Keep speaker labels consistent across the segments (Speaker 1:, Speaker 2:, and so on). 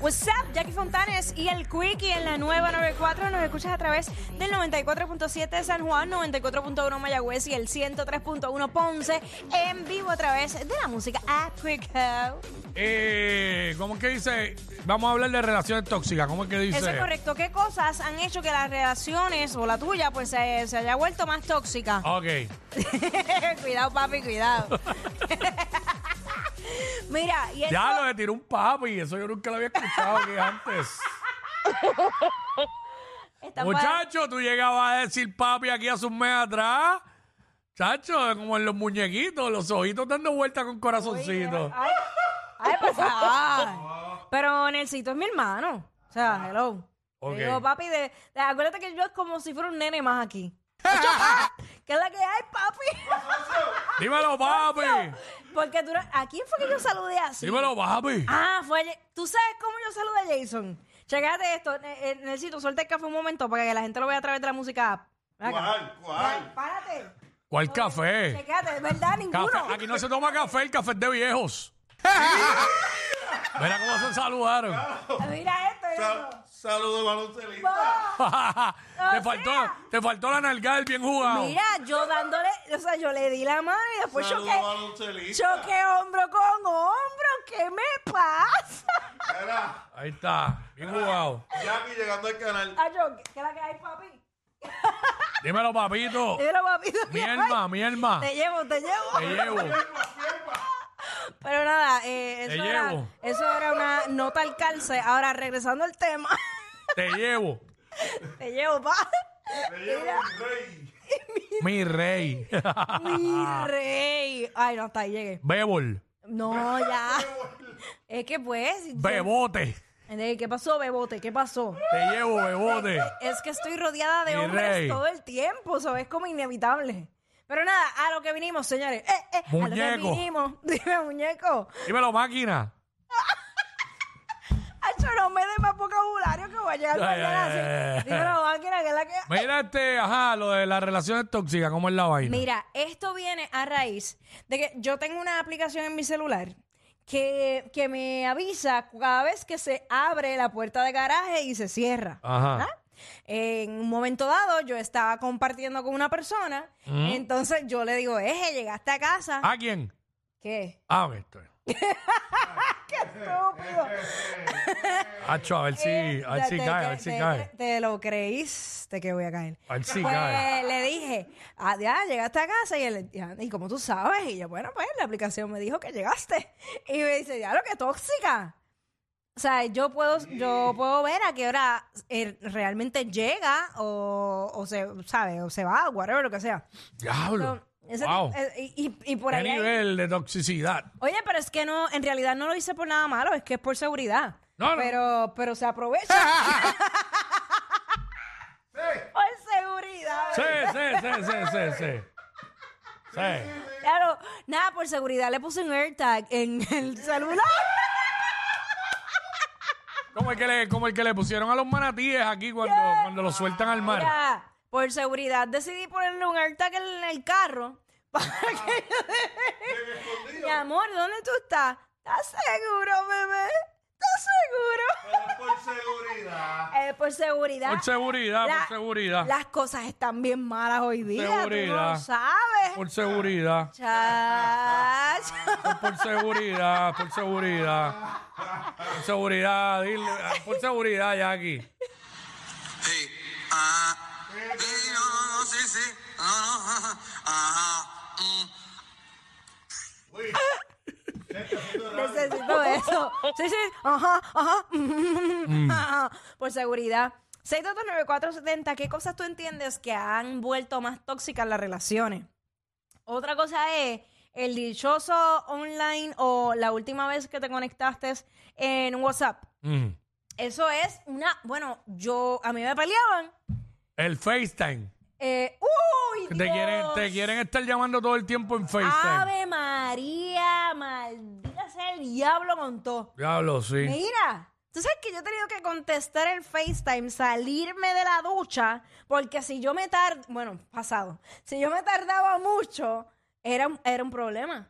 Speaker 1: What's up, Jackie Fontanes y el Quickie en la nueva 94. Nos escuchas a través del 94.7 de San Juan, 94.1 Mayagüez y el 103.1 Ponce en vivo a través de la música App Quick Hub.
Speaker 2: Eh, ¿Cómo es que dice? Vamos a hablar de relaciones tóxicas. ¿Cómo es que dice?
Speaker 1: Eso es correcto. ¿Qué cosas han hecho que las relaciones o la tuya pues se, se haya vuelto más tóxica?
Speaker 2: Ok. Ah.
Speaker 1: cuidado, papi, cuidado. Mira, y
Speaker 2: Ya
Speaker 1: esto-
Speaker 2: lo de tiró un papi. Eso yo nunca lo había escuchado aquí antes.
Speaker 1: está para-
Speaker 2: Muchacho, tú llegabas a decir papi aquí hace un mes atrás. Chacho, como en los muñequitos, los ojitos dando vueltas con corazoncitos.
Speaker 1: Ay, ay, por favor. Pero Nelsito es mi hermano. O sea, hello.
Speaker 2: Ok.
Speaker 1: Le digo, papi, de, de- acuérdate que yo es como si fuera un nene más aquí. ah, ¿Qué es la que hay, papi?
Speaker 2: Dímelo, papi.
Speaker 1: Porque tú, no- ¿a quién fue que yo saludé así?
Speaker 2: Dímelo, papi.
Speaker 1: Ah, fue ayer. ¿Tú sabes cómo yo saludo a Jason? Checate esto. Ne- eh, Nelsito, suelta el café un momento para que la gente lo vea a través de la música app. Ven acá. Ven, Párate.
Speaker 2: ¿Cuál café?
Speaker 1: Checate, ¿verdad? Ninguno.
Speaker 2: Café. Aquí no se toma café, el café es de viejos. Mira cómo se saludaron.
Speaker 1: Mira esto. mira esto.
Speaker 3: Saludos, baloncelista.
Speaker 1: ¡Ah!
Speaker 2: te,
Speaker 1: O
Speaker 2: faltó,
Speaker 1: sea.
Speaker 2: te faltó la nalgada del bien jugado.
Speaker 1: Mira, yo dándole, o sea, yo le di la mano y después
Speaker 3: Saludos,
Speaker 1: choqué,
Speaker 3: baloncelista.
Speaker 1: choqué hombro con hombro. ¿Qué me pasa?
Speaker 3: Mira,
Speaker 2: Ahí está, bien jugado.
Speaker 3: Jackie llegando al canal.
Speaker 1: Ah, yo, ¿qué es la que hay, papi?
Speaker 2: Dímelo, papito.
Speaker 1: Mira, papi.
Speaker 2: Mi alma, mi alma.
Speaker 1: Te llevo, te llevo.
Speaker 2: Te llevo.
Speaker 1: Pero nada, eh,
Speaker 2: Te
Speaker 1: eso, era,
Speaker 2: llevo.
Speaker 1: eso era una nota al calce. Ahora, regresando al tema,
Speaker 2: Te llevo.
Speaker 1: te llevo, pa.
Speaker 3: Te llevo mi rey.
Speaker 2: Mi rey.
Speaker 1: Mi rey. Ay, no, hasta ahí llegué.
Speaker 2: Bebol.
Speaker 1: No, ya. Es que pues.
Speaker 2: Bebote.
Speaker 1: Eh, ¿Qué pasó, Bebote? ¿Qué pasó?
Speaker 2: Te llevo, bebote.
Speaker 1: Es que estoy rodeada de
Speaker 2: Mi
Speaker 1: hombres
Speaker 2: rey.
Speaker 1: todo el tiempo, o sea, es como inevitable. Pero nada, a lo que vinimos, señores. Eh, eh, A lo
Speaker 2: Muñeco.
Speaker 1: que vinimos. Dime, muñeco.
Speaker 2: Dímelo, máquina.
Speaker 1: Hacho, no me des más vocabulario que voy a llegar
Speaker 2: Ay,
Speaker 1: mañana
Speaker 2: ay, ay, ay.
Speaker 1: así. Dímelo, máquina, que es la que...
Speaker 2: Mira este, ajá, lo de las relaciones tóxicas, ¿cómo es la vaina?
Speaker 1: Mira, esto viene a raíz de que yo tengo una aplicación en mi celular que, que me avisa cada vez que se abre la puerta de garaje y se cierra.
Speaker 2: Ajá.
Speaker 1: ¿verdad? En un momento dado, yo estaba compartiendo con una persona,
Speaker 2: Mm.
Speaker 1: entonces yo le digo, eje, llegaste a casa.
Speaker 2: ¿A quién? Ah,
Speaker 1: ¿Qué?
Speaker 2: A ver, estoy.
Speaker 1: Estúpido.
Speaker 2: Acho, a ver si, a ver si
Speaker 1: Te-
Speaker 2: cae,
Speaker 1: te-
Speaker 2: a ver si
Speaker 1: te-
Speaker 2: cae.
Speaker 1: Te lo creíste que voy a caer.
Speaker 2: A ver si
Speaker 1: Pues,
Speaker 2: cae.
Speaker 1: le dije, ah, ya, llegaste a casa y él, ya, y como tú sabes, y yo, bueno, pues la aplicación me dijo que llegaste. Y me dice, ya lo que tóxica. O sea, yo puedo, yo puedo ver a qué hora eh, realmente llega o, o se, sabe, o se va, whatever, lo que sea.
Speaker 2: Diablo.
Speaker 1: So, ese
Speaker 2: wow.
Speaker 1: tipo- eh, y, y- y por
Speaker 2: Qué
Speaker 1: ahí. hay-
Speaker 2: nivel de toxicidad.
Speaker 1: Oye, pero es que no, en realidad no lo hice por nada malo, es que es por seguridad.
Speaker 2: No, no.
Speaker 1: Pero, pero se aprovecha. por seguridad.
Speaker 2: Sí, sí, sí, sí, sí, sí. Sí.
Speaker 1: Claro, nada, por seguridad le puse un AirTag en el celular.
Speaker 2: Como el que le, como el que le pusieron a los manatíes aquí cuando, cuando los sueltan al mar.
Speaker 1: Mira, por seguridad decidí ponerle un AirTag en el carro para que
Speaker 2: Ah.
Speaker 1: yo Mi amor, ¿dónde tú estás? ¿Estás seguro, bebé? ¿Estás seguro?
Speaker 3: Pero por seguridad.
Speaker 1: Eh, por seguridad.
Speaker 2: Por seguridad,
Speaker 1: La-
Speaker 2: por seguridad.
Speaker 1: Las cosas están bien malas hoy día. Tú
Speaker 2: Seguridad.
Speaker 1: no sabes.
Speaker 2: Por seguridad.
Speaker 1: Chacho.
Speaker 2: Por seguridad, por seguridad. Por seguridad, dile. ah, Por seguridad, Jackie.
Speaker 4: Hey, ah, hey, no, no, sí, sí, no, no, ajá, ajá, mm.
Speaker 1: Necesito eso. Sí, sí. Ajá, ajá.
Speaker 2: Mm.
Speaker 1: Ajá. Por seguridad. 6229470, ¿qué cosas tú entiendes que han vuelto más tóxicas las relaciones? Otra cosa es el dichoso online o la última vez que te conectaste en WhatsApp.
Speaker 2: Mm.
Speaker 1: Eso es una. Bueno, yo. A mí me peleaban.
Speaker 2: El FaceTime.
Speaker 1: Eh, ¡Uy!
Speaker 2: Que
Speaker 1: Dios. Ah,
Speaker 2: Te quieren, te quieren estar llamando todo el tiempo en FaceTime.
Speaker 1: Ave María, maldita sea el diablo con todo.
Speaker 2: Diablo, sí.
Speaker 1: Mira, tú sabes que yo he tenido que contestar el FaceTime, salirme de la ducha, porque si yo me tardaba, bueno, pasado, si yo me tardaba mucho, era, un- era un problema.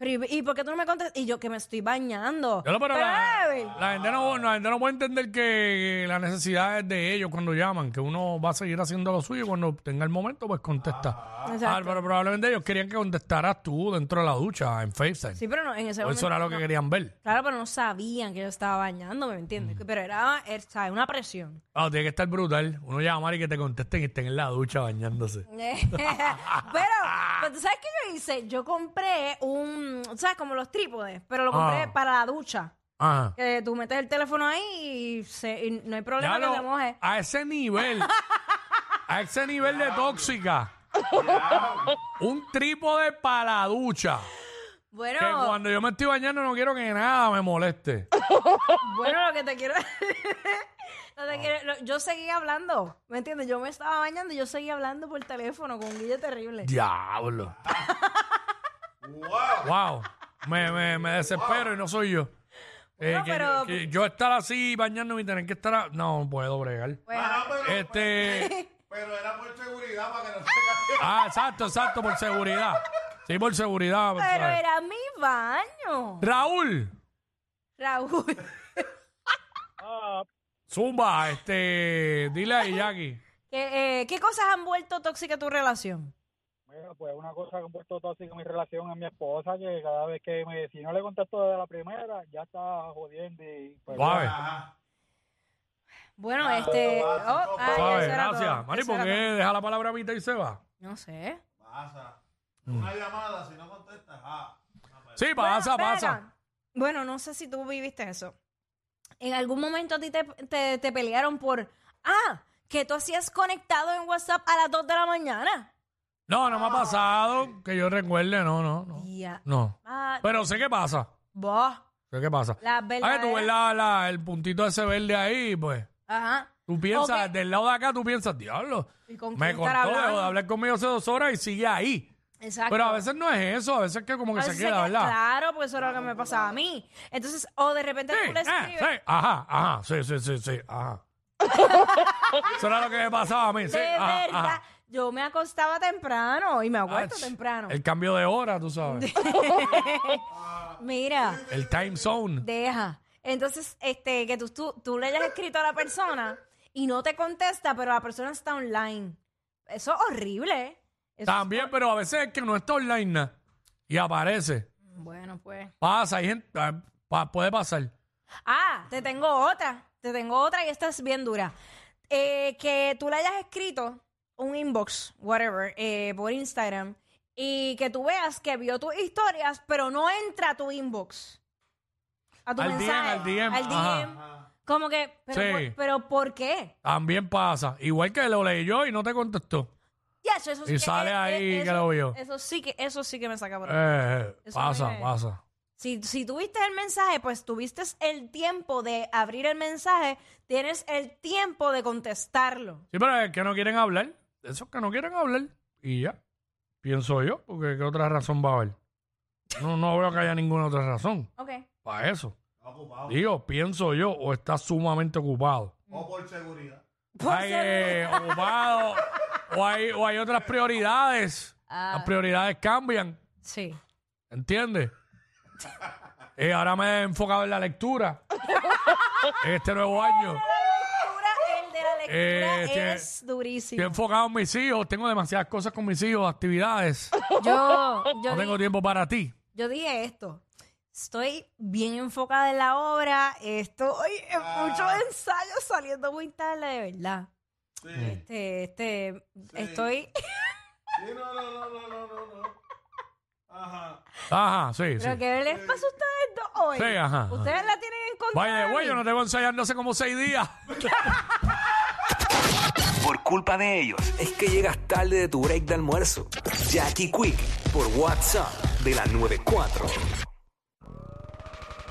Speaker 1: Pero, ¿y, y por qué tú no me contestas? Y yo que me estoy bañando.
Speaker 2: Yo no, pero
Speaker 1: Pero,
Speaker 2: la, la gente no, la gente no puede entender que las necesidades de ellos cuando llaman, que uno va a seguir haciendo lo suyo y cuando tenga el momento, pues contesta.
Speaker 1: Exacto.
Speaker 2: Ah, pero probablemente ellos querían que contestaras tú dentro de la ducha en FaceTime.
Speaker 1: Sí, pero no, en ese
Speaker 2: O
Speaker 1: momento.
Speaker 2: eso era lo que
Speaker 1: no.
Speaker 2: querían ver.
Speaker 1: Claro, pero no sabían que yo estaba bañándome, ¿me entiendes?
Speaker 2: Mm.
Speaker 1: Pero era, era, ¿sabes? una presión.
Speaker 2: Ah, tiene que estar brutal. Uno llamar y que te contesten y estén en la ducha bañándose.
Speaker 1: pero, pero tú sabes qué yo hice? Yo compré un, tú ¿sabes? Como los trípodes, pero lo compré
Speaker 2: Ah.
Speaker 1: para la ducha.
Speaker 2: Ajá.
Speaker 1: Que tú metes el teléfono ahí y, se- y no hay problema
Speaker 2: Diablo,
Speaker 1: que se moje.
Speaker 2: a ese nivel, a ese nivel de tóxica. Un trípode para la ducha. Que
Speaker 1: Bueno,
Speaker 2: cuando yo me estoy bañando no quiero que nada me moleste.
Speaker 1: bueno, lo que te quiero... lo que quiero- lo- yo seguía hablando, ¿me entiendes? Yo me estaba bañando y yo seguía hablando por teléfono con Guille Terrible.
Speaker 2: Diablo.
Speaker 3: ¡Wow!
Speaker 2: Wow. Me, me, me desespero y no soy yo. Eh,
Speaker 1: No,
Speaker 2: que
Speaker 1: pero-
Speaker 2: yo, que yo estar así bañándome y tener que estar... a- No, no puedo bregar.
Speaker 1: Bueno,
Speaker 3: Ah,
Speaker 2: pues,
Speaker 3: pero,
Speaker 2: Este...
Speaker 3: pero era por seguridad para que no se cayera.
Speaker 2: Ah, exacto, exacto, por seguridad. Sí, por seguridad. pues,
Speaker 1: pero
Speaker 2: ¿sabes?
Speaker 1: era mi baño,
Speaker 2: Raúl,
Speaker 1: Raúl.
Speaker 2: zumba, este, dile ahí, Jackie.
Speaker 1: ¿Qué, eh, ¿Qué cosas han vuelto tóxica tu relación?
Speaker 5: Mira, pues una cosa que han puesto tóxica en mi relación es mi esposa, que cada vez que me, si no le contesto desde la primera, ya está jodiendo y pues,
Speaker 2: Suave,
Speaker 3: Ajá.
Speaker 1: Bueno,
Speaker 2: Ah,
Speaker 1: este...
Speaker 3: no, no, no,
Speaker 1: oh, ay,
Speaker 2: suave,
Speaker 1: eso era todo.
Speaker 2: gracias. Mari,
Speaker 1: Eso
Speaker 2: ¿por
Speaker 1: era
Speaker 2: qué deja la palabra a mitad y se va?
Speaker 1: todo. No sé.
Speaker 3: Pasa. Una llamada, si no contestas, ah.
Speaker 2: Sí, pasa,
Speaker 1: Bueno,
Speaker 2: pasa.
Speaker 1: espera. Bueno, no sé si tú viviste eso. En algún momento a ti te, te- te pelearon por, ah, que tú hacías conectado en WhatsApp a las 2 de la mañana.
Speaker 2: No, no me ha pasado, que yo recuerde, no, no, no.
Speaker 1: Ya.
Speaker 2: No.
Speaker 1: Ah,
Speaker 2: Pero sé qué pasa,
Speaker 1: bah,
Speaker 2: sé qué pasa.
Speaker 1: la
Speaker 2: Ah, tú ves
Speaker 1: verdadera.
Speaker 2: la- la- el puntito ese verde ahí, pues.
Speaker 1: Ajá.
Speaker 2: Tú piensas,
Speaker 1: Ok.
Speaker 2: del lado de acá, tú piensas, diablo,
Speaker 1: ¿Y con
Speaker 2: me
Speaker 1: quién estar
Speaker 2: cortó,
Speaker 1: hablando?
Speaker 2: dejó de hablar conmigo hace dos horas y sigue ahí.
Speaker 1: Exacto.
Speaker 2: Pero a veces no es eso, a veces que como que
Speaker 1: A
Speaker 2: se
Speaker 1: veces
Speaker 2: queda,
Speaker 1: queda-
Speaker 2: ¿verdad?
Speaker 1: Claro, porque eso era lo que me pasaba a mí. Entonces, o de repente
Speaker 2: Sí,
Speaker 1: tú le
Speaker 2: eh,
Speaker 1: escribes.
Speaker 2: sí, ajá, ajá, sí, sí, sí, sí, ajá. Eso era lo que me pasaba a mí, sí.
Speaker 1: De
Speaker 2: ajá,
Speaker 1: verdad,
Speaker 2: ajá. Ah,
Speaker 1: yo me acostaba temprano y me acuesto
Speaker 2: Ach,
Speaker 1: temprano.
Speaker 2: El cambio de hora, tú sabes.
Speaker 1: Mira.
Speaker 2: El time zone.
Speaker 1: Deja. Entonces, este, que tú, tú, tú le hayas escrito a la persona y no te contesta, pero la persona está online. Eso es horrible. ¿eh? Eso es
Speaker 2: También,
Speaker 1: hor-
Speaker 2: pero a veces es que no está online nada y aparece.
Speaker 1: Bueno, pues.
Speaker 2: Pasa, hay gente, ah, pa- puede pasar.
Speaker 1: Ah, te tengo otra. Te tengo otra y esta es bien dura. Eh, que tú le hayas escrito un inbox, whatever, eh, por Instagram y que tú veas que vio tus historias, pero no entra a tu inbox. A tu
Speaker 2: Al DM,
Speaker 1: mensaje.
Speaker 2: al DM,
Speaker 1: Al
Speaker 2: ajá.
Speaker 1: DM. Como que, pero,
Speaker 2: Sí.
Speaker 1: por- pero ¿por qué?
Speaker 2: También pasa. Igual que lo leyó y no te contestó.
Speaker 1: Ya, eso sí
Speaker 2: Y
Speaker 1: que-
Speaker 2: sale
Speaker 1: eh,
Speaker 2: ahí
Speaker 1: eh,
Speaker 2: que
Speaker 1: eso-
Speaker 2: lo vio.
Speaker 1: Eso sí que, eso sí que me saca por
Speaker 2: Eh, eh,
Speaker 1: Eso
Speaker 2: pasa,
Speaker 1: me-
Speaker 2: pasa.
Speaker 1: Si, si tuviste el mensaje, pues tuviste el tiempo de abrir el mensaje, tienes el tiempo de contestarlo.
Speaker 2: Sí, pero es que no quieren hablar. Esos que no quieren hablar. Y ya. Pienso yo, porque ¿qué otra razón va a haber? No, no veo que haya ninguna otra razón
Speaker 1: Ok.
Speaker 2: para eso.
Speaker 3: Está ocupado.
Speaker 2: Digo, pienso yo, o está sumamente ocupado.
Speaker 3: O por seguridad.
Speaker 2: Hay, eh, ocupado, o hay, o hay otras prioridades.
Speaker 1: Ah.
Speaker 2: Las prioridades cambian,
Speaker 1: Sí.
Speaker 2: ¿entiendes? Eh, ahora me he enfocado en la lectura. este nuevo año.
Speaker 1: Lectura, el de la lectura
Speaker 2: Eh, tiene-
Speaker 1: es durísimo.
Speaker 2: Estoy enfocado en mis hijos, tengo demasiadas cosas con mis hijos, actividades.
Speaker 1: Yo, yo,
Speaker 2: No
Speaker 1: di-
Speaker 2: tengo tiempo para ti.
Speaker 1: yo dije esto. Estoy bien enfocada en la obra. Estoy en
Speaker 2: Ah.
Speaker 1: muchos ensayos saliendo muy tarde, de verdad.
Speaker 3: Sí.
Speaker 1: Este, este, estoy.
Speaker 3: Sí, no, no, no, no, no, no, no. Ajá.
Speaker 2: Ajá, sí,
Speaker 1: Pero
Speaker 2: sí.
Speaker 1: que les pasa a ustedes dos hoy.
Speaker 2: Sí, ajá, ajá.
Speaker 1: Ustedes la tienen en contra.
Speaker 2: Vaya,
Speaker 1: de
Speaker 2: güey, yo
Speaker 1: mí?
Speaker 2: no tengo ensayando hace como seis días.
Speaker 6: Por culpa de ellos es que llegas tarde de tu break de almuerzo. Jackie Quick por WhatsApp de la 94.